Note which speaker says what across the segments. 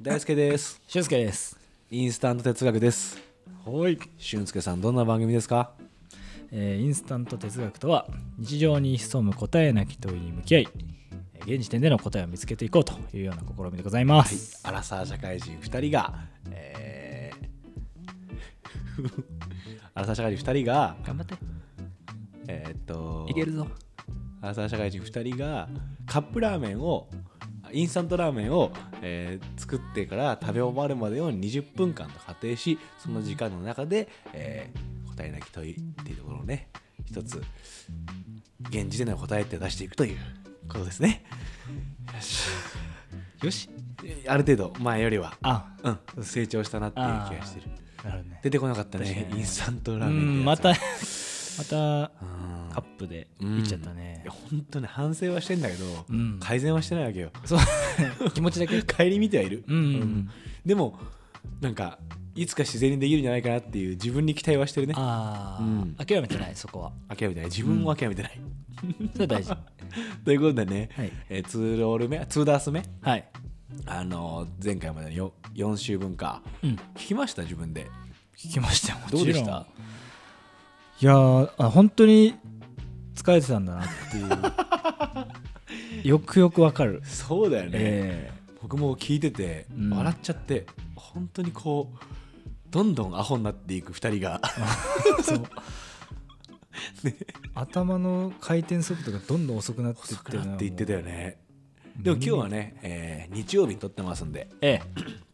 Speaker 1: 大輔です
Speaker 2: 俊介です。
Speaker 1: インスタント哲学です
Speaker 2: はい、
Speaker 1: 俊介さんどんな番組ですか
Speaker 2: えーインスタント哲学とは日常に潜む答えなき問いに向き合い、えー現時点での答えを見つけていこうというような試みでございます。
Speaker 1: アラサー社会人2人がえー アラサー社会人2人が
Speaker 2: 頑張って。
Speaker 1: えーっと
Speaker 2: ぞ。
Speaker 1: アラサー社会人2人がカップラーメンをインスタントラーメンを、えー作ってから食べ終わるまでを20分間と仮定しその時間の中で、えー答えなき問いっていうところをね一つ現時点での答えって出していくということですねよし
Speaker 2: よし。
Speaker 1: ある程度前よりは
Speaker 2: あ、
Speaker 1: うん成長したなっていう気がしてる
Speaker 2: なるほどね。
Speaker 1: 出てこなかったね
Speaker 2: 確かに
Speaker 1: インスタント
Speaker 2: う
Speaker 1: ラーメンって
Speaker 2: ん、
Speaker 1: や
Speaker 2: ま
Speaker 1: つ
Speaker 2: た
Speaker 1: は
Speaker 2: また
Speaker 1: うん
Speaker 2: カップでいっちゃったね
Speaker 1: いや。本当に反省はしてんだけど、
Speaker 2: うん
Speaker 1: 改善はしてないわけよ
Speaker 2: そう 気持ちだけ。
Speaker 1: 帰り見てはいる、
Speaker 2: うんうんうん
Speaker 1: でもなんかいつか自然にできるんじゃないかなっていう自分に期待はしてるね
Speaker 2: ああ、
Speaker 1: うん
Speaker 2: 諦めてないそこは。
Speaker 1: 諦めてない自分を諦めてない、
Speaker 2: それ 大事。
Speaker 1: ということでね、
Speaker 2: はい
Speaker 1: えーツーロール目ツーダース目
Speaker 2: はい。
Speaker 1: あのー前回までの 4, 4週分か、
Speaker 2: うん
Speaker 1: 聞きました自 分で
Speaker 2: 聞きましたよ。もちろん
Speaker 1: どうでした
Speaker 2: いやーあ本当に疲れてたんだなっていうよくよくわかる、
Speaker 1: そうだよね、
Speaker 2: え
Speaker 1: 僕も聞いてて
Speaker 2: うん
Speaker 1: 笑っちゃって、本当にこうどんどんアホになっていく2人が
Speaker 2: ーそう頭の回転速度がどんどん遅くなって
Speaker 1: 遅
Speaker 2: っ
Speaker 1: く
Speaker 2: てるのは
Speaker 1: な
Speaker 2: も
Speaker 1: っ
Speaker 2: う
Speaker 1: ていってたよねでも今日はね、えー日曜日に撮ってますんで
Speaker 2: ええ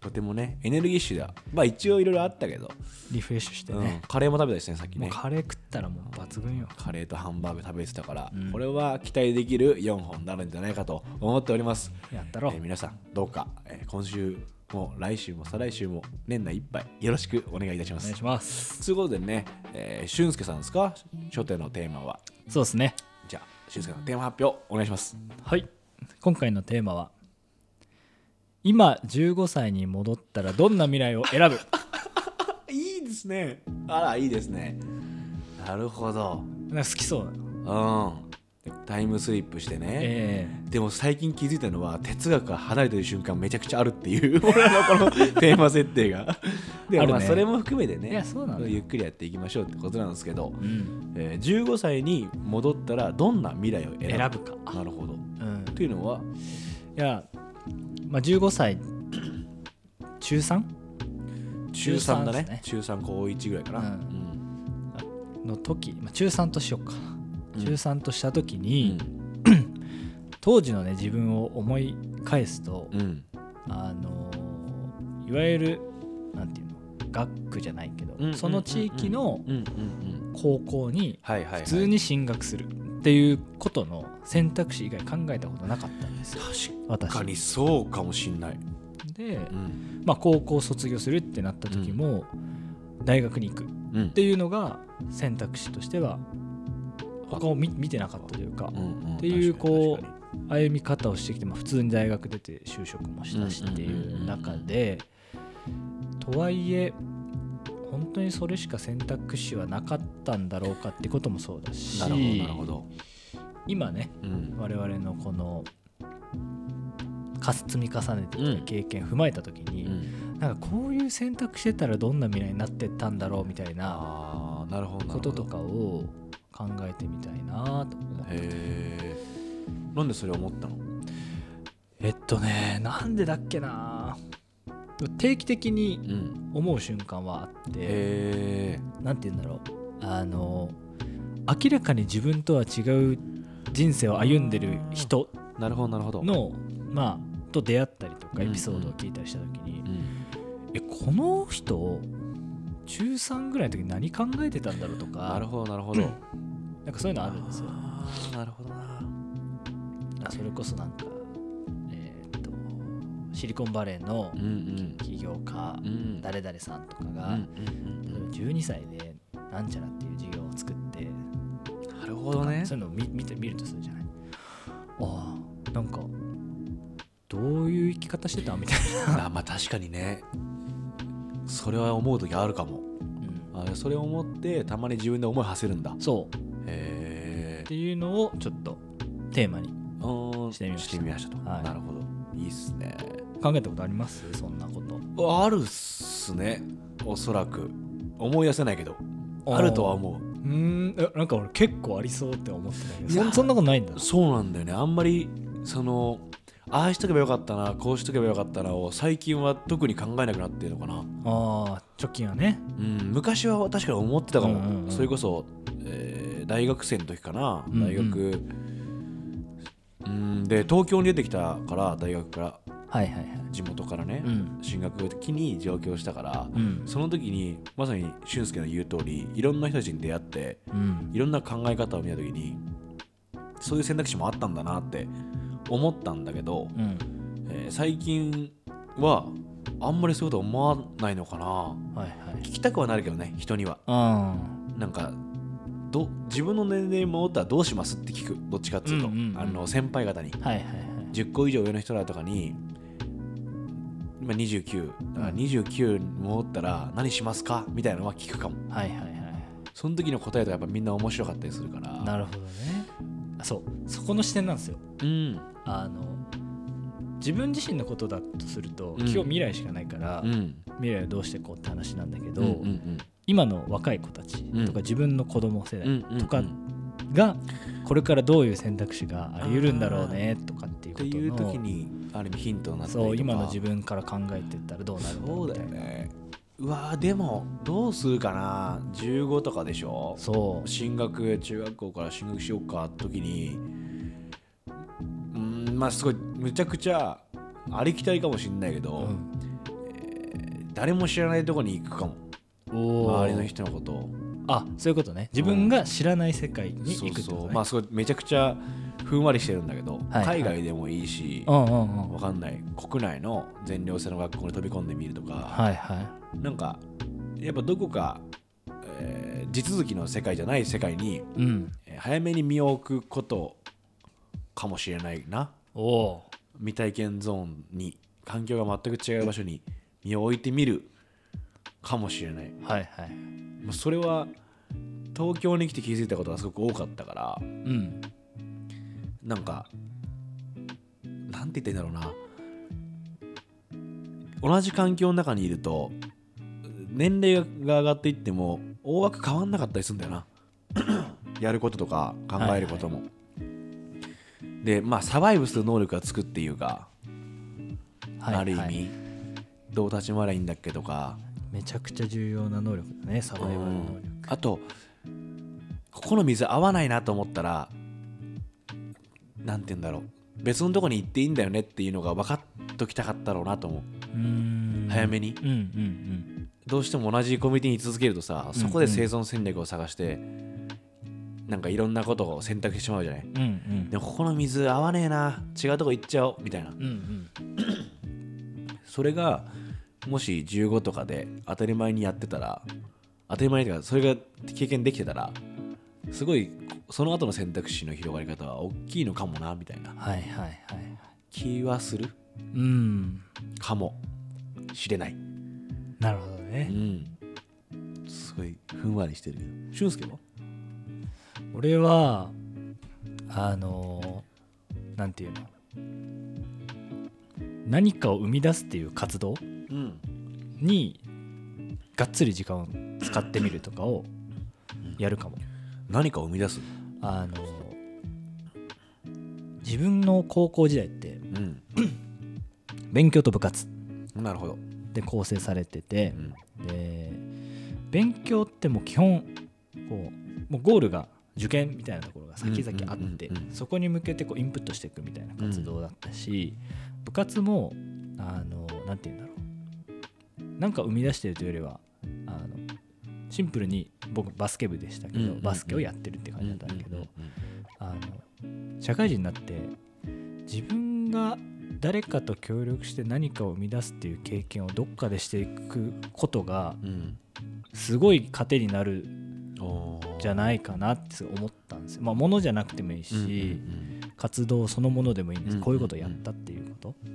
Speaker 1: とてもねエネルギッシュだまあ一応いろいろあったけど、
Speaker 2: リフレッシュして
Speaker 1: うん
Speaker 2: ね、
Speaker 1: カレーも食べたしねさっきね
Speaker 2: もうカレー食ったらもう抜群よ
Speaker 1: カレーとハンバーグ食べてたから、
Speaker 2: うん
Speaker 1: これは期待できる4本になるんじゃないかと思っております、
Speaker 2: やったろ、
Speaker 1: えー皆さんどうか、えー今週も来週も再来週も年内いっぱいよろしくお願いいたしま
Speaker 2: お願
Speaker 1: す
Speaker 2: いします
Speaker 1: ということでね、えー、俊介さんですか初手のテーマは
Speaker 2: そうですね
Speaker 1: じゃあ俊介さんテーマ発表お願いします
Speaker 2: はい今回のテーマは「今15歳に戻ったらどんな未来を選ぶ?
Speaker 1: いいですねあらいいですねなるほど」
Speaker 2: なんか好きそうなの
Speaker 1: うんタイムスリップしてね、
Speaker 2: ええ
Speaker 1: でも最近気づいたのは哲学が離れてる瞬間めちゃくちゃあるっていう 俺らのこのテーマ設定が でも
Speaker 2: ある
Speaker 1: まあ
Speaker 2: ね
Speaker 1: それも含めてね
Speaker 2: いやそうなんだよ
Speaker 1: ゆっくりやっていきましょうってことなんですけど、
Speaker 2: うん
Speaker 1: えー15歳に戻ったらどんな未来を選ぶ
Speaker 2: 選ぶか
Speaker 1: なるほど
Speaker 2: うん
Speaker 1: というのはい
Speaker 2: や、まあ、15歳中 3?
Speaker 1: 中3だね
Speaker 2: 中
Speaker 1: 中3高1ぐらいかな、
Speaker 2: うん
Speaker 1: うん
Speaker 2: の時、まあ、中3としようか、
Speaker 1: うん
Speaker 2: 中3とした時
Speaker 1: う
Speaker 2: に、
Speaker 1: ん
Speaker 2: 当時のね自分を思い返すと、
Speaker 1: うん
Speaker 2: あのーいわゆるなんていうの学区じゃないけど、
Speaker 1: うん
Speaker 2: その地域の
Speaker 1: うんうんうん
Speaker 2: 高校に
Speaker 1: はいはい、はい、
Speaker 2: 普通に進学するっていうことの選択肢以外考えたことなかったんですよ
Speaker 1: 確か
Speaker 2: 私
Speaker 1: にそうかもしんない、
Speaker 2: で、
Speaker 1: うん
Speaker 2: まあ、高校卒業するってなった時も、大学に行く
Speaker 1: うん
Speaker 2: っていうのが選択肢としては他を見見てなかったというか
Speaker 1: うんん
Speaker 2: っていう
Speaker 1: 確かに
Speaker 2: こう
Speaker 1: 確か
Speaker 2: 歩み方をしてきて、まあ、普通に大学出て就職もしたしっていう中でとはいえ本当にそれしか選択肢はなかったんだろうかってこともそうだし
Speaker 1: になるほどなるほど、
Speaker 2: 今ね
Speaker 1: うん
Speaker 2: 我々のこのか積み重ねてきた経験踏まえた時
Speaker 1: う
Speaker 2: に、
Speaker 1: ん、
Speaker 2: なんかこういう選択してたらどんな未来になってったんだろうみたいな
Speaker 1: ああなるほどなる
Speaker 2: こ
Speaker 1: ほど
Speaker 2: ととかを考えてみたいなと思って
Speaker 1: へえなんでそれ思ったの
Speaker 2: えっとねなんでだっけな定期的に
Speaker 1: うん
Speaker 2: 思う瞬間はあって
Speaker 1: へえ
Speaker 2: 何て言うんだろうあの明らかに自分とは違う人生を歩んでる人
Speaker 1: なるほどなるほど、
Speaker 2: のまあと出会ったりと
Speaker 1: うん
Speaker 2: かエピソードを聞いたりした時に、
Speaker 1: うん、
Speaker 2: えこの人中3ぐらいの時に何考えてたんだろうとか
Speaker 1: なるほどなるほど、
Speaker 2: なんかそういうのあるんですよ
Speaker 1: あーなるほどな
Speaker 2: それこそなんかえーっとシリコンバレーの
Speaker 1: うんうん
Speaker 2: 起業家
Speaker 1: うん
Speaker 2: 誰々さんと
Speaker 1: う
Speaker 2: か
Speaker 1: んう
Speaker 2: が、
Speaker 1: ん
Speaker 2: 例えば12歳でなんちゃらっていう事業を作って、
Speaker 1: うんなるほどね
Speaker 2: そういうのを見見て見るとするじゃないああなんかどういう生き方してたみ たい
Speaker 1: あまあ確かにねそれは思う時あるかも
Speaker 2: な、
Speaker 1: あそれを思ってたまに自分で思い馳せるんだ
Speaker 2: そうっ
Speaker 1: へえ
Speaker 2: ていうのをちょっとテーマに
Speaker 1: うーん
Speaker 2: してみました
Speaker 1: してみましたと、
Speaker 2: はい
Speaker 1: なるほどいいっすね
Speaker 2: 考えたことありますそんなこと
Speaker 1: あるっすねおそらく思い出せないけど
Speaker 2: あー
Speaker 1: あるとは思
Speaker 2: うーんえなんか俺結構ありそうって思ってたけど
Speaker 1: いや
Speaker 2: そんそんなことないんだ
Speaker 1: うそうなんだよねあんまりそのああしとけばよかったなこうしとけばよかったなを最近は特に考えなくなってるのかな、
Speaker 2: ああ貯金はね
Speaker 1: うん、昔は確かに思ってたかも、
Speaker 2: うんうんうん
Speaker 1: それこそ、えー大学生の時かな
Speaker 2: うんうん
Speaker 1: 大学、うんで東京に出てきたから大学から
Speaker 2: はいはいはい
Speaker 1: 地元からね、
Speaker 2: うん
Speaker 1: 進学の時に上京したから、
Speaker 2: うん
Speaker 1: その時にまさに俊介の言う通りいろんな人たちに出会って
Speaker 2: うん
Speaker 1: いろんな考え方を見た時にそういう選択肢もあったんだなって思ったんだけど、
Speaker 2: うん
Speaker 1: えー最近はあんまりそういうこと思わないのかな
Speaker 2: はいはい
Speaker 1: 聞きたくはなるけどね人には
Speaker 2: あ
Speaker 1: なんかど自分の年齢戻ったらどうしますって聞くどっちかっつうと、
Speaker 2: うんうんうん
Speaker 1: あの先輩方に
Speaker 2: あはいはいはい
Speaker 1: 10個以上上の人らとかに今29だから29戻ったら何しますかみたいなのは聞くかも
Speaker 2: はいはいはい
Speaker 1: その時の答えとかやっぱみんな面白かったりするから
Speaker 2: なるほどねあそうそこの視点なんですよ
Speaker 1: うん
Speaker 2: あの自分自身のことだとすると、
Speaker 1: うん
Speaker 2: 今日未来しかないから、
Speaker 1: うん
Speaker 2: 未来をどうしていこうって話なんだけど、
Speaker 1: うんうん
Speaker 2: 今の若い子たち
Speaker 1: うん
Speaker 2: とか自分の子供世
Speaker 1: うんうん
Speaker 2: 代
Speaker 1: うん
Speaker 2: とか
Speaker 1: っ
Speaker 2: がこれからどういう選択肢があり得るんだろうねとかっていうこ
Speaker 1: て
Speaker 2: と
Speaker 1: いう
Speaker 2: の
Speaker 1: 時にある意味ヒントになったりとか
Speaker 2: そう今の自分から考えていったらどうなるんだろ
Speaker 1: そうう
Speaker 2: み
Speaker 1: だ
Speaker 2: た
Speaker 1: よ
Speaker 2: いな
Speaker 1: ねうわーでもどうするかな15とかでしょ
Speaker 2: そう
Speaker 1: 進学中学校から進学しようかって時にうーんまあすごいむちゃくちゃありきたりかもしんないけど、
Speaker 2: うん
Speaker 1: 誰も知らないとこに行くかも
Speaker 2: おー
Speaker 1: 周りの人のことを
Speaker 2: あそういうことね自分が知らない世界に行くってこと、ね
Speaker 1: そうそうまあすごいめちゃくちゃふんわりしてるんだけど、
Speaker 2: はい
Speaker 1: 海外でもいいし、
Speaker 2: うんうんうん
Speaker 1: わかんない国内の全寮制の学校に飛び込んでみるとか、
Speaker 2: はいはい
Speaker 1: なんかやっぱどこか、えー地続きの世界じゃない世界に
Speaker 2: うん
Speaker 1: えー早めに身を置くことかもしれないな
Speaker 2: おお
Speaker 1: 未体験ゾーンに環境が全く違う場所に身を置いてみるかもしれない
Speaker 2: ーはいはい
Speaker 1: もうそれは東京に来て気づいたことがすごく多かったから
Speaker 2: うん
Speaker 1: なんかなんて言ったらいいんだろうな同じ環境の中にいると年齢が上がっていっても大枠変わんなかったりするんだよな やることとか考えることも、でまあサバイブする能力がつくっていうか、
Speaker 2: はいはい
Speaker 1: ある意味どう立ち回りゃいいんだっけとか
Speaker 2: めちゃくちゃ重要な能力だねサバイバル能力
Speaker 1: うんあとここの水合わないなと思ったらなんて言うんだろう別のとこに行っていいんだよねっていうのが分かっときたかったろうなと思う、
Speaker 2: うーん
Speaker 1: 早めに
Speaker 2: うんうんうん
Speaker 1: どうしても同じコミュニティに居続けるとさそこで生存戦略を探して、なんかいろんなことを選択してしまうじゃない
Speaker 2: うんうん
Speaker 1: でもここの水合わねえな違うとこ行っちゃおうみたいな
Speaker 2: うんうん
Speaker 1: それがもし15とかで当たり前にやってたら当たり前にというかそれが経験できてたらすごいその後の選択肢の広がり方は大きいのかもなみたいな
Speaker 2: はいはいはいはい
Speaker 1: 気はする
Speaker 2: うん
Speaker 1: かもしれない、
Speaker 2: なるほど
Speaker 1: う
Speaker 2: ね、
Speaker 1: ん、すごいふんわりしてるけど俊介は
Speaker 2: 俺はあのーなんていうの何かを生み出すっていう活動
Speaker 1: うん
Speaker 2: にがっつり時間を使ってみるとかをやるかも
Speaker 1: 何かを生み出す
Speaker 2: あの自分の高校時代って
Speaker 1: うん
Speaker 2: 勉強と部活
Speaker 1: なるほど、
Speaker 2: で構成されてて
Speaker 1: うん
Speaker 2: で勉強ってもう基本こうもうゴールが受験みたいなところが先々あって
Speaker 1: うんうんうんうん
Speaker 2: そこに向けてこうインプットしていくみたいな活動だったし部活もあのなんて言うんだろうなんか生み出してるというよりはあのシンプルに僕バスケ部でしたけ
Speaker 1: うんうん
Speaker 2: ど
Speaker 1: うん
Speaker 2: バスケをやってるって感じだったんだけ
Speaker 1: う
Speaker 2: ど
Speaker 1: んうん
Speaker 2: あの社会人になって自分が誰かと協力して何かを生み出すっていう経験をどっかでしていくことが
Speaker 1: うん
Speaker 2: すごい糧にな
Speaker 1: う
Speaker 2: るん
Speaker 1: んおー
Speaker 2: じゃないかなって思ったんですよ。まあ、ものじゃなくてもいいし、
Speaker 1: うんうん
Speaker 2: 活動そのものでもいいんです、
Speaker 1: うん
Speaker 2: こういうことをやったっていうこと。だ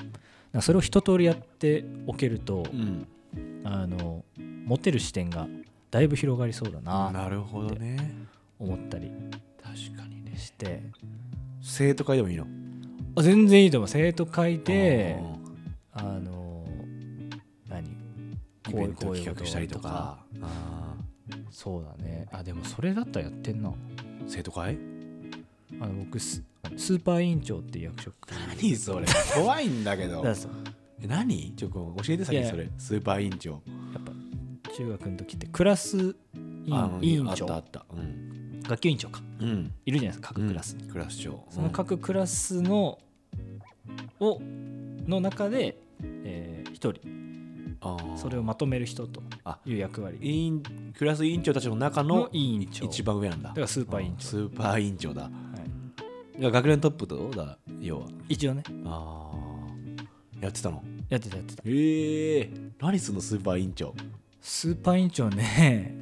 Speaker 2: からそれを一通りやっておけると、
Speaker 1: うんうん
Speaker 2: あの持てる視点がだいぶ広がりそうだな
Speaker 1: なるほどね
Speaker 2: 思ったり
Speaker 1: 確かにね
Speaker 2: して
Speaker 1: 生徒会でもいいの
Speaker 2: あ全然いいと思う生徒会で
Speaker 1: うん
Speaker 2: あの何
Speaker 1: イベント企画したりとかあ
Speaker 2: そうだねあでもそれだったらやってんな
Speaker 1: ー生徒会
Speaker 2: あの僕ススーパー委員長っていう役職
Speaker 1: 何そ れ怖いんだけど
Speaker 2: だそう
Speaker 1: え何ちょっと教えて
Speaker 2: いや
Speaker 1: 先
Speaker 2: いや
Speaker 1: それスーパー委員長
Speaker 2: やっぱ中学の時ってクラス委
Speaker 1: あ
Speaker 2: 員
Speaker 1: の
Speaker 2: 委員
Speaker 1: あっ
Speaker 2: 長
Speaker 1: たあったうん、
Speaker 2: 学級委員長か
Speaker 1: うん、
Speaker 2: いるじゃないですか各クラスに、
Speaker 1: クラス長
Speaker 2: その各クラスのをの中で、えー、1人それ
Speaker 1: を
Speaker 2: をまとめる人と
Speaker 1: あ
Speaker 2: いう役割
Speaker 1: 委員クラス委員長たちの中の
Speaker 2: の委員長
Speaker 1: 一番上なんだ
Speaker 2: だからスーパー委員
Speaker 1: うん
Speaker 2: 長
Speaker 1: スーパー委員長だ
Speaker 2: はい
Speaker 1: いや学年トップとだ要は
Speaker 2: 一応ね
Speaker 1: あーやってたの
Speaker 2: やってたやってた
Speaker 1: へえ何すんのスーパー委員長
Speaker 2: スーパー委員長ね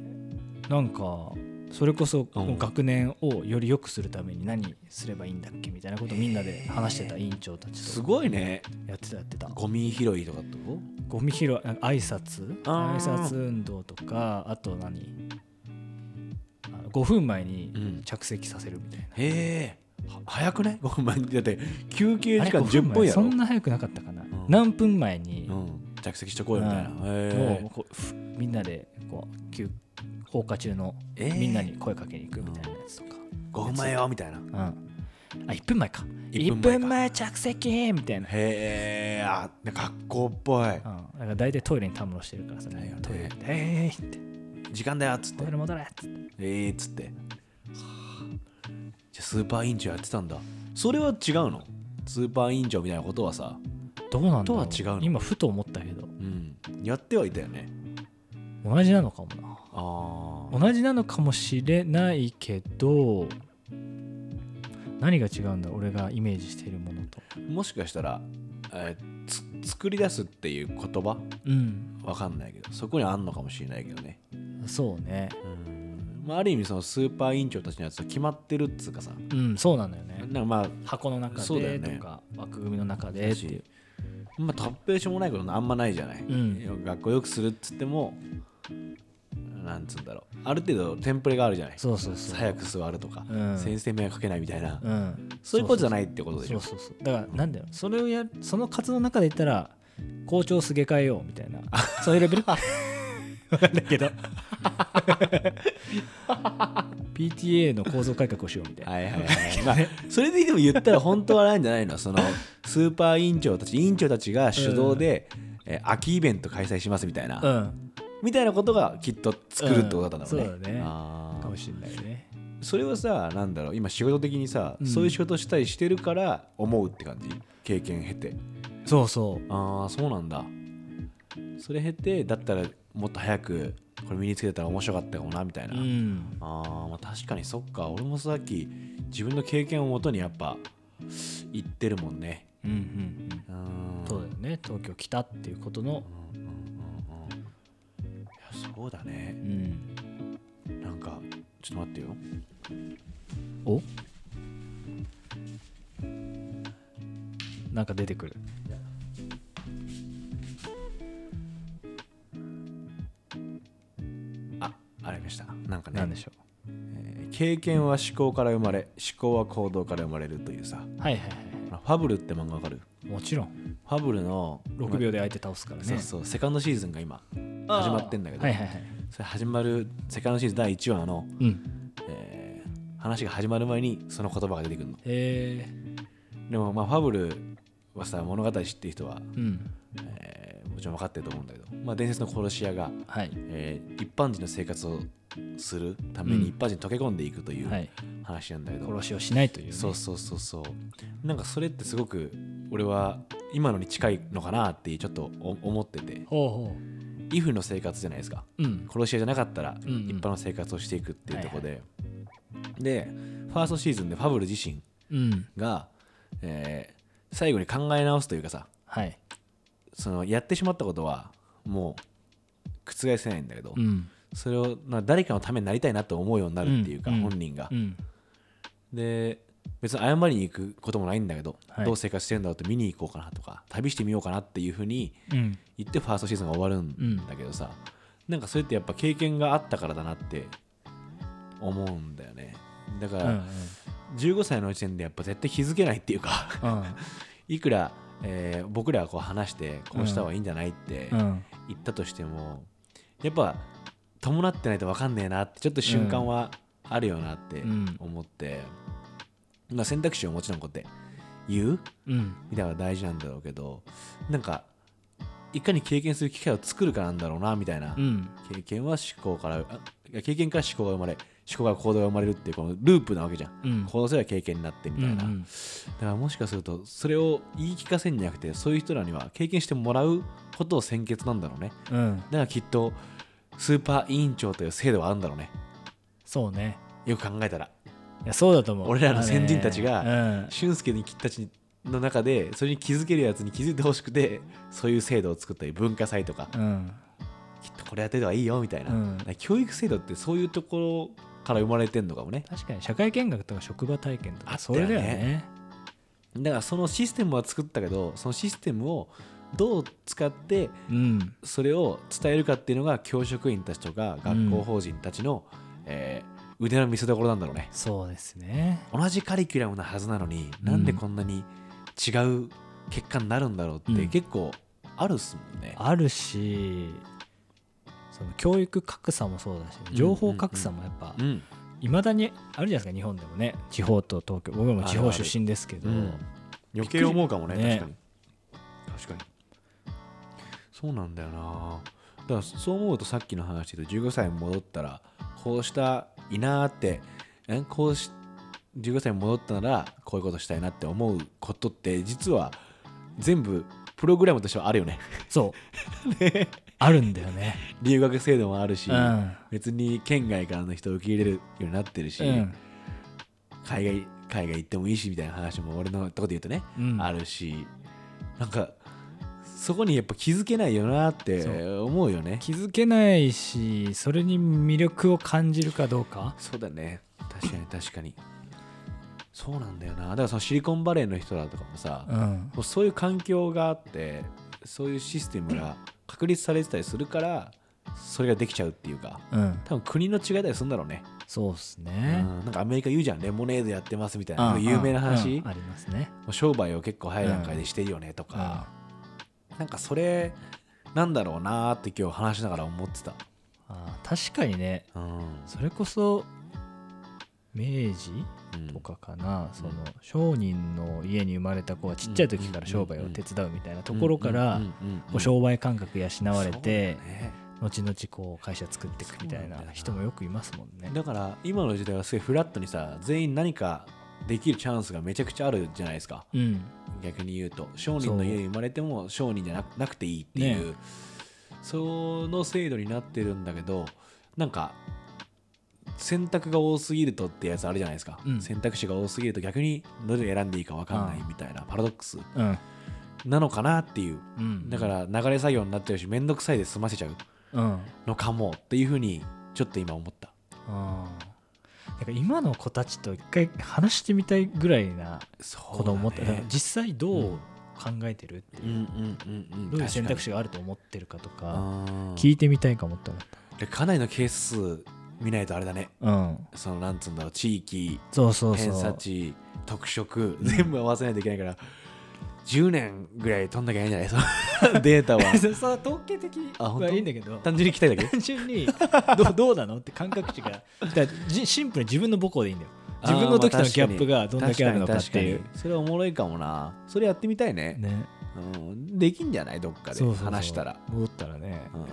Speaker 2: なんかそれこそこの学年をより良くするために何すればいいんだっけみたいなことをみんなで話してた委員長たち
Speaker 1: す
Speaker 2: と
Speaker 1: ごいね
Speaker 2: やってたやってた
Speaker 1: ゴミ拾いとかってこ
Speaker 2: ゴミ拾いあ挨拶
Speaker 1: あー
Speaker 2: 挨拶運動とかあと何あの5分前
Speaker 1: と
Speaker 2: に着席させるみたいな、
Speaker 1: へえ早くね5分前 にだって休憩時間
Speaker 2: あれ
Speaker 1: 10分や
Speaker 2: そ
Speaker 1: ろ
Speaker 2: んな早くなかったかな、
Speaker 1: ん
Speaker 2: 何分前に、
Speaker 1: うん、着席しとこうよみたいな、
Speaker 2: うん
Speaker 1: へえ
Speaker 2: もうこうふみんなでこう休放課中の
Speaker 1: えー
Speaker 2: みんなに声かけに行くみたいなやつとか、
Speaker 1: 5分前よみたいな
Speaker 2: うん、あ1分前か
Speaker 1: 一
Speaker 2: 1
Speaker 1: 分前か
Speaker 2: 分前着席みたいな、
Speaker 1: へえあなんか学校っぽい
Speaker 2: うん、だから大体トイレにたむろしてるからさ、
Speaker 1: だよね
Speaker 2: トイレで「えーい!」って
Speaker 1: 時間だよっつって
Speaker 2: 「トイレ戻れ!」っつって
Speaker 1: ええっつってはあじゃあスーパー委員長やってたんだそれは違うのスーパー委員長みたいなことはさ、
Speaker 2: どうなんだろう
Speaker 1: とは違うの
Speaker 2: 今ふと思ったけど
Speaker 1: うん、やってはいたよね
Speaker 2: 同じなのかもな
Speaker 1: ああ
Speaker 2: 同じなのかもしれないけど何が違うんだ俺がイメージしているものと
Speaker 1: もしかしたら、えーつ作り出すっていう言葉
Speaker 2: うん
Speaker 1: わかんないけどそこにあんのかもしれないけどね
Speaker 2: そうね
Speaker 1: うん、まあ、ある意味そのスーパー委員長たちのやつは決まってるっつうかさ
Speaker 2: うんそうなんだよね
Speaker 1: なんかまあ
Speaker 2: 箱の中
Speaker 1: そうだよ
Speaker 2: で
Speaker 1: ね
Speaker 2: とか、枠組みの中でっていう
Speaker 1: まあ、突拍子もないことあんまないじゃない、
Speaker 2: ん
Speaker 1: 学校よくするっつってもなんつうんだろうある程度テンプレがあるじゃない
Speaker 2: そうそうそう
Speaker 1: 早く座るとか、
Speaker 2: うん
Speaker 1: 先生迷惑かけないみたいな、
Speaker 2: うん
Speaker 1: そういうことじゃ
Speaker 2: ない
Speaker 1: ないってことでし
Speaker 2: そ
Speaker 1: ょ
Speaker 2: うそうそうだからなんだよそれをやるその活動の中で言ったら校長すげ替えようみたいなそういうレベルわかんない けど PTA の構造改革をしようみたいな
Speaker 1: はいはいはい、 まあ、それででも言ったら本当はないんじゃないのそのスーパー委員長たち委員長たちが主導で、えー秋イベント開催しますみたいな、
Speaker 2: うん
Speaker 1: みたいなことがきっと作るってことだったんだろうね,、
Speaker 2: うんそうだね
Speaker 1: あ
Speaker 2: か
Speaker 1: ー
Speaker 2: もしれないね
Speaker 1: それはさなんだろう今仕事的にさ、
Speaker 2: うん
Speaker 1: そういう仕事したりしてるから思うって感じ経験経て
Speaker 2: そうそ
Speaker 1: ああそうなんだそれ経てだったらもっと早くこれ身につけてたら面白かったかもなみたいうな、
Speaker 2: うん
Speaker 1: あーまあ確かにそっか俺もさっき自分の経験をもとにやっぱ言ってるもんね
Speaker 2: うんうん
Speaker 1: うーん
Speaker 2: そうだよね東京来たっていうことの
Speaker 1: うんうんうんうんいやそうだね
Speaker 2: うん
Speaker 1: なんかちょっと待ってよ
Speaker 2: おなんか出てくる
Speaker 1: あありましたなんかね
Speaker 2: なんでしょ
Speaker 1: えー経験は思考から生まれ思考は行動から生まれるというさ
Speaker 2: うはいはいは
Speaker 1: ほらファブルって漫画わかる
Speaker 2: いもちろん
Speaker 1: ファブルの
Speaker 2: 6秒で相手倒すからね
Speaker 1: そうそうセカンドシーズンが今
Speaker 2: あー
Speaker 1: 始まってんだけど
Speaker 2: はいはいはい
Speaker 1: それ始まるセカンドシーズン第1話の、
Speaker 2: うん
Speaker 1: えー話が始まる前にその言葉が出てくるの
Speaker 2: え
Speaker 1: でもまあファブルはさ物語知ってる人は、
Speaker 2: ー、うん
Speaker 1: えーもちろん分かってると思うんだけど、まあ、伝説の殺し屋が、
Speaker 2: はい
Speaker 1: えー一般人の生活をするために
Speaker 2: うん
Speaker 1: 一般人に溶け込んでいくという
Speaker 2: はい
Speaker 1: 話なんだけど、
Speaker 2: 殺しをしないという、ね、
Speaker 1: そうそうそうそうなんかそれってすごく俺は今のに近いのかなってちょっとお思ってて
Speaker 2: ほうほ
Speaker 1: イフの生活じゃないですか
Speaker 2: ううん
Speaker 1: 殺し屋じゃなかったら
Speaker 2: うんうん
Speaker 1: 一般の生活をしていくっていうところで、でファーストシーズンでファブル自身
Speaker 2: うん
Speaker 1: が、えー最後に考え直すというかさ
Speaker 2: はい
Speaker 1: そのやってしまったことはもう覆せないんだけど、
Speaker 2: うん
Speaker 1: それをまあ誰かのためになりたいなと思うようになるっていうか、
Speaker 2: うんうん
Speaker 1: 本人が
Speaker 2: う、ん
Speaker 1: で別に謝りに行くこともないんだけど、
Speaker 2: はい
Speaker 1: どう生活してるんだろうって見に行こうかなとか旅してみようかなっていうふうに
Speaker 2: うん
Speaker 1: 言ってファーストシーズンが終わるんだけどさ、なんかそれってやっぱ経験があったからだなって思うんだよねだか
Speaker 2: う
Speaker 1: ら、
Speaker 2: ん
Speaker 1: 15歳の時点でやっぱ絶対気づけないっていうか いくら、えー僕らはこう話してこうした方がいいんじゃないって
Speaker 2: うんうん
Speaker 1: 言ったとしても、やっぱ伴ってないと分かんねえなってちょっと瞬間はあるよなって
Speaker 2: うん
Speaker 1: 思って、まあ、選択肢をもちろんこうやって言う
Speaker 2: うん
Speaker 1: みたいなのが大事なんだろうけどなんかいかに経験する機会を作るかなんだろうなみたいな、
Speaker 2: うん
Speaker 1: 経験は思考からあいや経験から思考が生まれ思考から行動が生まれるっていうこのループなわけじゃん
Speaker 2: うん
Speaker 1: 行動すれば経験になってみたいな、
Speaker 2: うん
Speaker 1: だからもしかするとそれを言い聞かせるんじゃなくてそういう人らには経験してもらうことを先決なんだろうね
Speaker 2: うんうん
Speaker 1: だからきっとスーパー委員長という制度はあるんだろうね
Speaker 2: そうね
Speaker 1: よく考えたら
Speaker 2: いやそうだと思う
Speaker 1: 俺らの先人たちが
Speaker 2: あのね
Speaker 1: 俊介にきたちの中でそれに気づけるやつに気づいてほしくてそういう制度を作ったり文化祭とか
Speaker 2: うんうん
Speaker 1: きっとこれやってた方がいいよみたいな、
Speaker 2: うん
Speaker 1: だから教育制度ってそういうところから生まれてんのかもね
Speaker 2: 確かに社会見学とか職場体験と
Speaker 1: あ
Speaker 2: か
Speaker 1: った
Speaker 2: そ
Speaker 1: よ
Speaker 2: れ
Speaker 1: ね
Speaker 2: だよね
Speaker 1: だからそのシステムは作ったけどそのシステムをどう使って
Speaker 2: うん
Speaker 1: それを伝えるかっていうのが教職員たちとか学校法人たちの、えー腕の見せ所なんだろうね
Speaker 2: そうですね
Speaker 1: 同じカリキュラムなはずなのに、なんでこんなに違う結果になるんだろうっ
Speaker 2: う
Speaker 1: て
Speaker 2: ん
Speaker 1: 結構あるっすもんね、
Speaker 2: あるしその教育格差もそうだし
Speaker 1: うん
Speaker 2: 情報格差もやっぱ
Speaker 1: うん
Speaker 2: いまだにあるじゃないですか日本でもね地方と東京僕も地方出身ですけど
Speaker 1: うん余計思うかもね
Speaker 2: ね
Speaker 1: 確かに確かにそうなんだよなだからそう思うとさっきの話で言うと15歳に戻ったらこうしたいなーってえこうし15歳に戻ったならこういうことしたいなって思うことって実は全部プログラムとしてはあるよね
Speaker 2: そうあるんだよね
Speaker 1: 留学制度もあるし、
Speaker 2: うん
Speaker 1: 別に県外からの人を受け入れるようになってるし、
Speaker 2: うん
Speaker 1: 海外海外行ってもいいしみたいな話も俺のとこで言うとね、
Speaker 2: うん
Speaker 1: あるしなんかそこにやっぱ気づけないよなって
Speaker 2: そう
Speaker 1: 思うよね
Speaker 2: 気づけないしそれに魅力を感じるかどうか
Speaker 1: そうだね確かに確かにそうなんだよなだからそのシリコンバレーの人らとかもさ、
Speaker 2: う
Speaker 1: も
Speaker 2: ん
Speaker 1: うそういう環境があってそういうシステムが確立されてたりするからそれができちゃうっていうか
Speaker 2: うん
Speaker 1: 多分国の違いだりするんだろうね、
Speaker 2: そうっす
Speaker 1: うん、
Speaker 2: ね
Speaker 1: なんかアメリカ言うじゃんレモネードやってますみたい
Speaker 2: うん
Speaker 1: な有名な
Speaker 2: うん
Speaker 1: 話、
Speaker 2: うんありますね
Speaker 1: もう商売を結構早い段階でしてるよねとか、なんかそれなんだろうなーって今日話しながら思ってた、
Speaker 2: あー確かにね
Speaker 1: うん
Speaker 2: それこそ明治
Speaker 1: うん
Speaker 2: とかかな、その商人の家に生まれた子はちっちゃい時から商売を手伝うみたいなところから
Speaker 1: うんうんうんうん
Speaker 2: こう商売感覚養われて
Speaker 1: そうだね
Speaker 2: 後々こう会社作っていくみたいな人もよくいますもんね。
Speaker 1: だから今の時代はすごいフラットにさ全員何かできるチャンスがめちゃくちゃあるじゃないですか
Speaker 2: うん、
Speaker 1: 逆に言うと商人の家に生まれても商人じゃななくていいっていう、その制度になってるんだけどなんか選択が多すぎるとってやつあるじゃないですか、
Speaker 2: うん
Speaker 1: 選択肢が多すぎると逆にどれを選んでいいか分かんないみたいなパラドックス
Speaker 2: うん
Speaker 1: なのかなっていう
Speaker 2: うん、
Speaker 1: だから流れ作業になっちゃうし面倒くさいで済ませちゃう
Speaker 2: うん、
Speaker 1: のかもっていうふうにちょっと今思った
Speaker 2: あーだから今の子たちと一回話してみたいぐらいな子供って、だから実際どう
Speaker 1: うん
Speaker 2: 考えてるって
Speaker 1: うん
Speaker 2: いうう、
Speaker 1: んうんうん
Speaker 2: どういう選択肢
Speaker 1: が
Speaker 2: があると思ってるかとか
Speaker 1: あ
Speaker 2: 聞いてみたいかもって思っ
Speaker 1: でかなりのケース数見ないとあれだね
Speaker 2: た。うん、
Speaker 1: そのなんつうんだろう地域
Speaker 2: そうそうそう
Speaker 1: 偏差値特色全部合わせないといけないから10年ぐらい取んなきゃいけないんじゃないその データは
Speaker 2: そうそう統計的
Speaker 1: あ本当
Speaker 2: はいいんだけど
Speaker 1: 単純に聞きたいだけ
Speaker 2: 単純にど うどうなのって感覚値がだからじシンプルに自分の母校でいいんだよ自分の時とのギャップがどんだけあるのかっていう
Speaker 1: 確かに確かにそれはおもろいかもなそれやってみたいね
Speaker 2: ね
Speaker 1: うん、できんじゃないどっかで
Speaker 2: そうそうそう
Speaker 1: 話したら
Speaker 2: 戻ったらね
Speaker 1: うん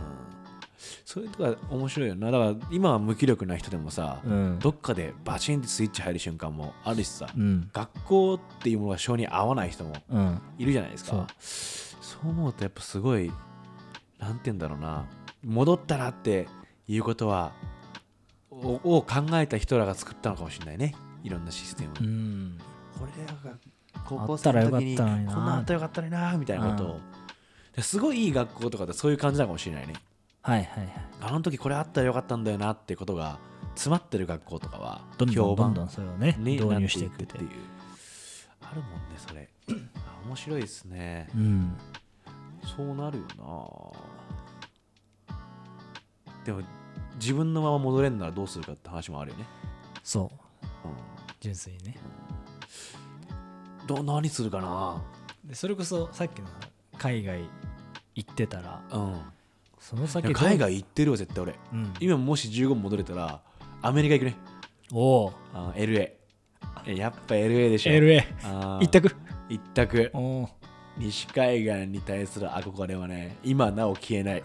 Speaker 1: そういうとこが面白いよなだから今は無気力な人でもさ、
Speaker 2: うん
Speaker 1: どっかでバチンってスイッチ入る瞬間もあるしさ、
Speaker 2: うん
Speaker 1: 学校っていうものが性に合わない人も
Speaker 2: うん
Speaker 1: いるじゃないですかそう思うとやっぱすごいなんて言うんだろうな戻ったらっていうことはをを考えた人らが作ったのかもしれないねいろんなシステムを、
Speaker 2: うん
Speaker 1: 俺らが高校生の時に
Speaker 2: あ
Speaker 1: こ
Speaker 2: ったらよかったのに
Speaker 1: ん
Speaker 2: な
Speaker 1: なあったらよかったのになみたいなことを、ですごいいい学校とかってそういう感じなのかもしれないね
Speaker 2: はいはいはい
Speaker 1: あの時これあったらよかったんだよなってことが詰まってる学校とかは
Speaker 2: どんど
Speaker 1: 評
Speaker 2: んど
Speaker 1: 判
Speaker 2: んどんそれをね
Speaker 1: ね
Speaker 2: 導入してい
Speaker 1: な
Speaker 2: くって
Speaker 1: っていうあるもんねそれあ面白いですね
Speaker 2: うん
Speaker 1: そうなるよなでも自分のまま戻れんならどうするかって話もあるよね、
Speaker 2: そう
Speaker 1: うん
Speaker 2: 純粋にね
Speaker 1: ど何するかな
Speaker 2: でそれこそさっきの海外行ってたら
Speaker 1: うん
Speaker 2: その
Speaker 1: で
Speaker 2: 先
Speaker 1: も
Speaker 2: どう
Speaker 1: 海、外行ってるよ絶対俺
Speaker 2: うん、
Speaker 1: 今もし15戻れたらアメリカ行くね
Speaker 2: おお
Speaker 1: あ LA えやっぱ LA でしょ
Speaker 2: LA
Speaker 1: あー
Speaker 2: 一択
Speaker 1: 一択
Speaker 2: おお
Speaker 1: 西海岸に対する憧れはね今なお消え ない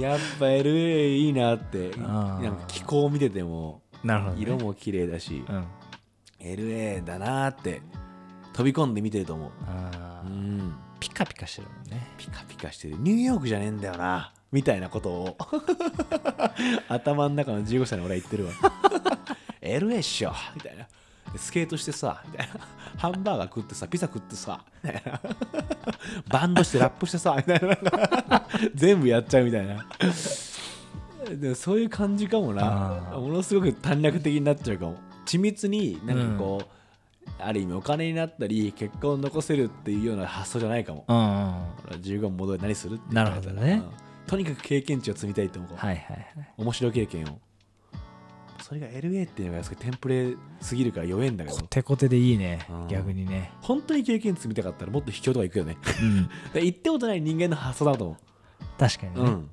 Speaker 1: やっぱ LA いいなって
Speaker 2: あー
Speaker 1: なんか気候見てても
Speaker 2: なるほど、ね、
Speaker 1: 色も綺麗だし
Speaker 2: う、んあ
Speaker 1: LA だなって飛び込んで見てると思う、
Speaker 2: ー
Speaker 1: うん、
Speaker 2: ピカピカしてるもんね
Speaker 1: ピカピカしてるニューヨークじゃねえんだよなみたいなことを 頭の中の15歳の俺は言ってるわ LA っしょみたいなスケートしてさみたいなハンバーガー食ってさピザ食ってさみたいなバンドしてラップしてさみたいな全部やっちゃうみたいなでもそういう感じかもな
Speaker 2: あー
Speaker 1: ものすごく短絡的になっちゃうかも緻密になんかこう、ある意味お金になったり結婚を残せるっていうような発想じゃないかも
Speaker 2: うんうんうん
Speaker 1: ほら15戻り何するって
Speaker 2: なるほどね
Speaker 1: うんとにかく経験値を積みたいって思う、
Speaker 2: はいはいはい
Speaker 1: 面白い経験をそれが LA っていうのがすごいテンプレすぎるから弱えんだけど
Speaker 2: コテコテでいいね
Speaker 1: うん
Speaker 2: 逆にね
Speaker 1: 本当に経験積みたかったらもっと秘境とか行くよね
Speaker 2: うん
Speaker 1: で行ったことない人間の発想だと思
Speaker 2: 確かに
Speaker 1: う、
Speaker 2: ね、
Speaker 1: うん、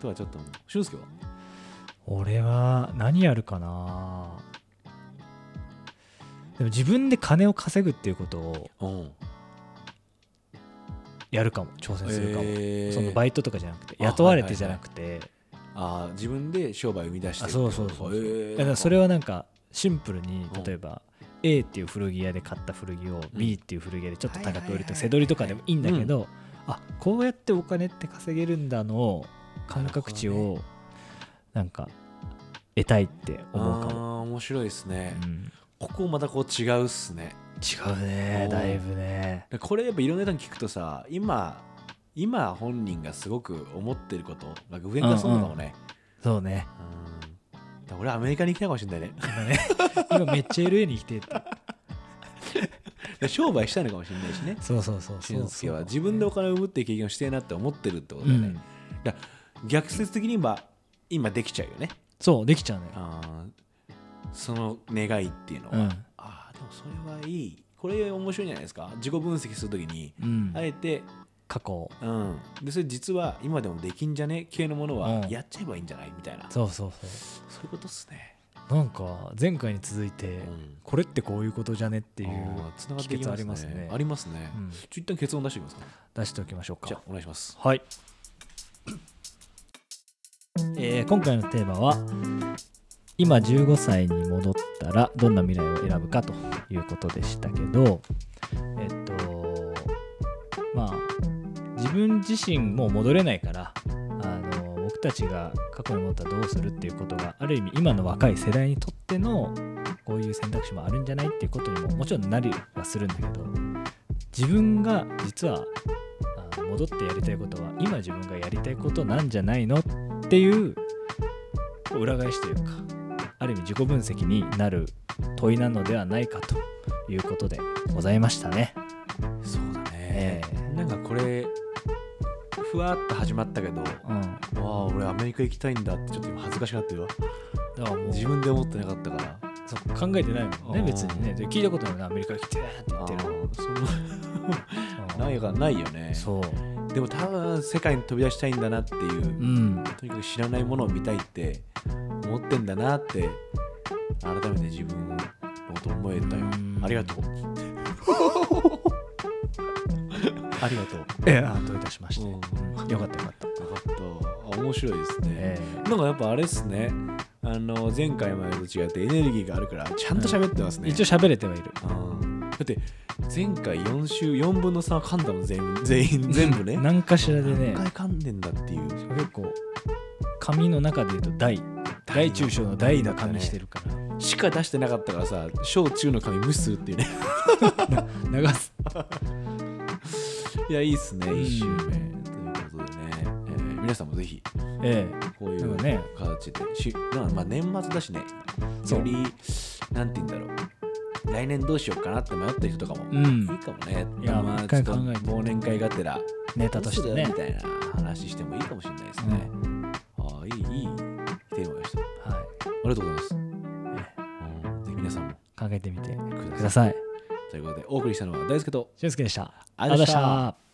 Speaker 1: とはちょっと思う俊介は
Speaker 2: 俺は何やるかなでも自分で金を稼ぐっていうことを
Speaker 1: うん
Speaker 2: やるかも挑戦するかも、
Speaker 1: えー
Speaker 2: そのバイトとかじゃなくて
Speaker 1: あ
Speaker 2: 雇われてじゃなくて、
Speaker 1: あー自分で商売を生み出して
Speaker 2: あそうそうそうそう、
Speaker 1: えー
Speaker 2: だからそれはなんかシンプルに
Speaker 1: うん
Speaker 2: 例えば A っていう古着屋で買った古着
Speaker 1: う
Speaker 2: を
Speaker 1: ん
Speaker 2: B っていう古着屋でちょっと高く売る
Speaker 1: はいはいはいは
Speaker 2: と
Speaker 1: い
Speaker 2: 背取りとかでもいいんだけど、あこうやってお金って稼げるんだの感覚値
Speaker 1: なるほ
Speaker 2: をなんか得たいって思うかも、
Speaker 1: あー面白いですね、
Speaker 2: うん
Speaker 1: ここまたこう違うっすね
Speaker 2: 違うね
Speaker 1: おー
Speaker 2: だいぶね
Speaker 1: でこれやっぱいろんな人に聞くとさ今今本人がすごく思ってることなんか上がそうなのかもね、
Speaker 2: そうね
Speaker 1: うんだから俺アメリカに行きたいかもしれ ないね
Speaker 2: 今 ね今めっちゃ LA に来てって
Speaker 1: で商売したいのかもしれないしね
Speaker 2: そうそうそうそう
Speaker 1: 俊介は自分でお金を生むっていう経験をしてえなって思ってるってこと
Speaker 2: う
Speaker 1: だよね、
Speaker 2: ん
Speaker 1: 逆説的に言えば今できちゃうよね
Speaker 2: そうできちゃうのよ
Speaker 1: あーその願いっていうのは、
Speaker 2: うん
Speaker 1: ああでもそれはいいこれ面白いんじゃないですか自己分析するときに
Speaker 2: うん
Speaker 1: あえて
Speaker 2: 過去を
Speaker 1: うん、でそれ実は今でもできんじゃね系のものは
Speaker 2: うん
Speaker 1: やっちゃえばいいんじゃないみたいな、
Speaker 2: そうそうそ
Speaker 1: そういうことっすね、
Speaker 2: うなんか前回に続いて、
Speaker 1: うん
Speaker 2: これってこういうことじゃねっていう、
Speaker 1: つながっていきますね
Speaker 2: 秘訣ありますね
Speaker 1: ありますね、
Speaker 2: うん
Speaker 1: ちょっと一旦結論出していきますか
Speaker 2: 出しておきましょう
Speaker 1: じゃあ
Speaker 2: か
Speaker 1: お願いします
Speaker 2: はい、えー今回のテーマは今15歳に戻ったらどんな未来を選ぶかということでしたけどえっとまあ自分自身もう戻れないからあの僕たちが過去に戻ったらどうするっていうことがある意味今の若い世代にとってのこういう選択肢もあるんじゃないっていうことにももちろんなりはするんだけど自分が実はあ戻ってやりたいことは今自分がやりたいことなんじゃないのっていうこう裏返しというかある意味自己分析になる問いなのではないかということでございましたね。
Speaker 1: そうだね
Speaker 2: え、え
Speaker 1: なんかこれふわっと始まったけど
Speaker 2: うん、だ
Speaker 1: ああ俺アメリカ行きたいんだってちょっと今恥ずかしくなってるわ
Speaker 2: からもう
Speaker 1: 自分で思ってなかったから
Speaker 2: そう考えてないもんね
Speaker 1: うん
Speaker 2: 別にねで聞いたことないなアメリカ来てって言
Speaker 1: あ
Speaker 2: ってる
Speaker 1: ーそんな
Speaker 2: うん
Speaker 1: ないがないよね
Speaker 2: そう
Speaker 1: でも多分世界に飛び出したいんだなっていう、
Speaker 2: うん
Speaker 1: とにかく知らないものを見たいって思ってんだなって改めて自分のこと思えたよ
Speaker 2: うん
Speaker 1: ありが とうありがとう
Speaker 2: ええあどういたしまして、
Speaker 1: うん
Speaker 2: うんよかったよかった、
Speaker 1: よかったあ面白いですね、
Speaker 2: え
Speaker 1: なんかやっぱあれですねあの前回までと違ってエネルギーがあるからちゃんと喋ってます
Speaker 2: え
Speaker 1: ね、
Speaker 2: 一応喋れてはいる
Speaker 1: うんだって前回4週4分の3噛んだもん全部全員全部ね
Speaker 2: 何かしらでね
Speaker 1: 何回噛んでんだっていう
Speaker 2: 結構紙の中で言うと大大中小の大な紙してるから、
Speaker 1: しか出してなかったからさ小中の紙無視するっていうね
Speaker 2: 流す
Speaker 1: いやいいっすね
Speaker 2: うん
Speaker 1: 1週目ということでね、えー皆さんもぜひ
Speaker 2: え
Speaker 1: こうい
Speaker 2: そううね
Speaker 1: 形で、しなんかまあ年末だしね
Speaker 2: そう
Speaker 1: よりなんて言うんだろう来年どうしようかなって迷ってる人とかも、
Speaker 2: う
Speaker 1: い
Speaker 2: ん
Speaker 1: いかもね
Speaker 2: いや
Speaker 1: まあ
Speaker 2: 一回
Speaker 1: ちょっと
Speaker 2: 考えて
Speaker 1: 忘年会がてら
Speaker 2: えネタとしてね
Speaker 1: どうするみたいな話してもいいかもしれないですね、ああいいいいテーマでしたあ
Speaker 2: はい
Speaker 1: りがとうございます
Speaker 2: えください
Speaker 1: ということでお送りしたのは大輔と
Speaker 2: 俊介でした
Speaker 1: ありがとうございました
Speaker 2: ありがとうございました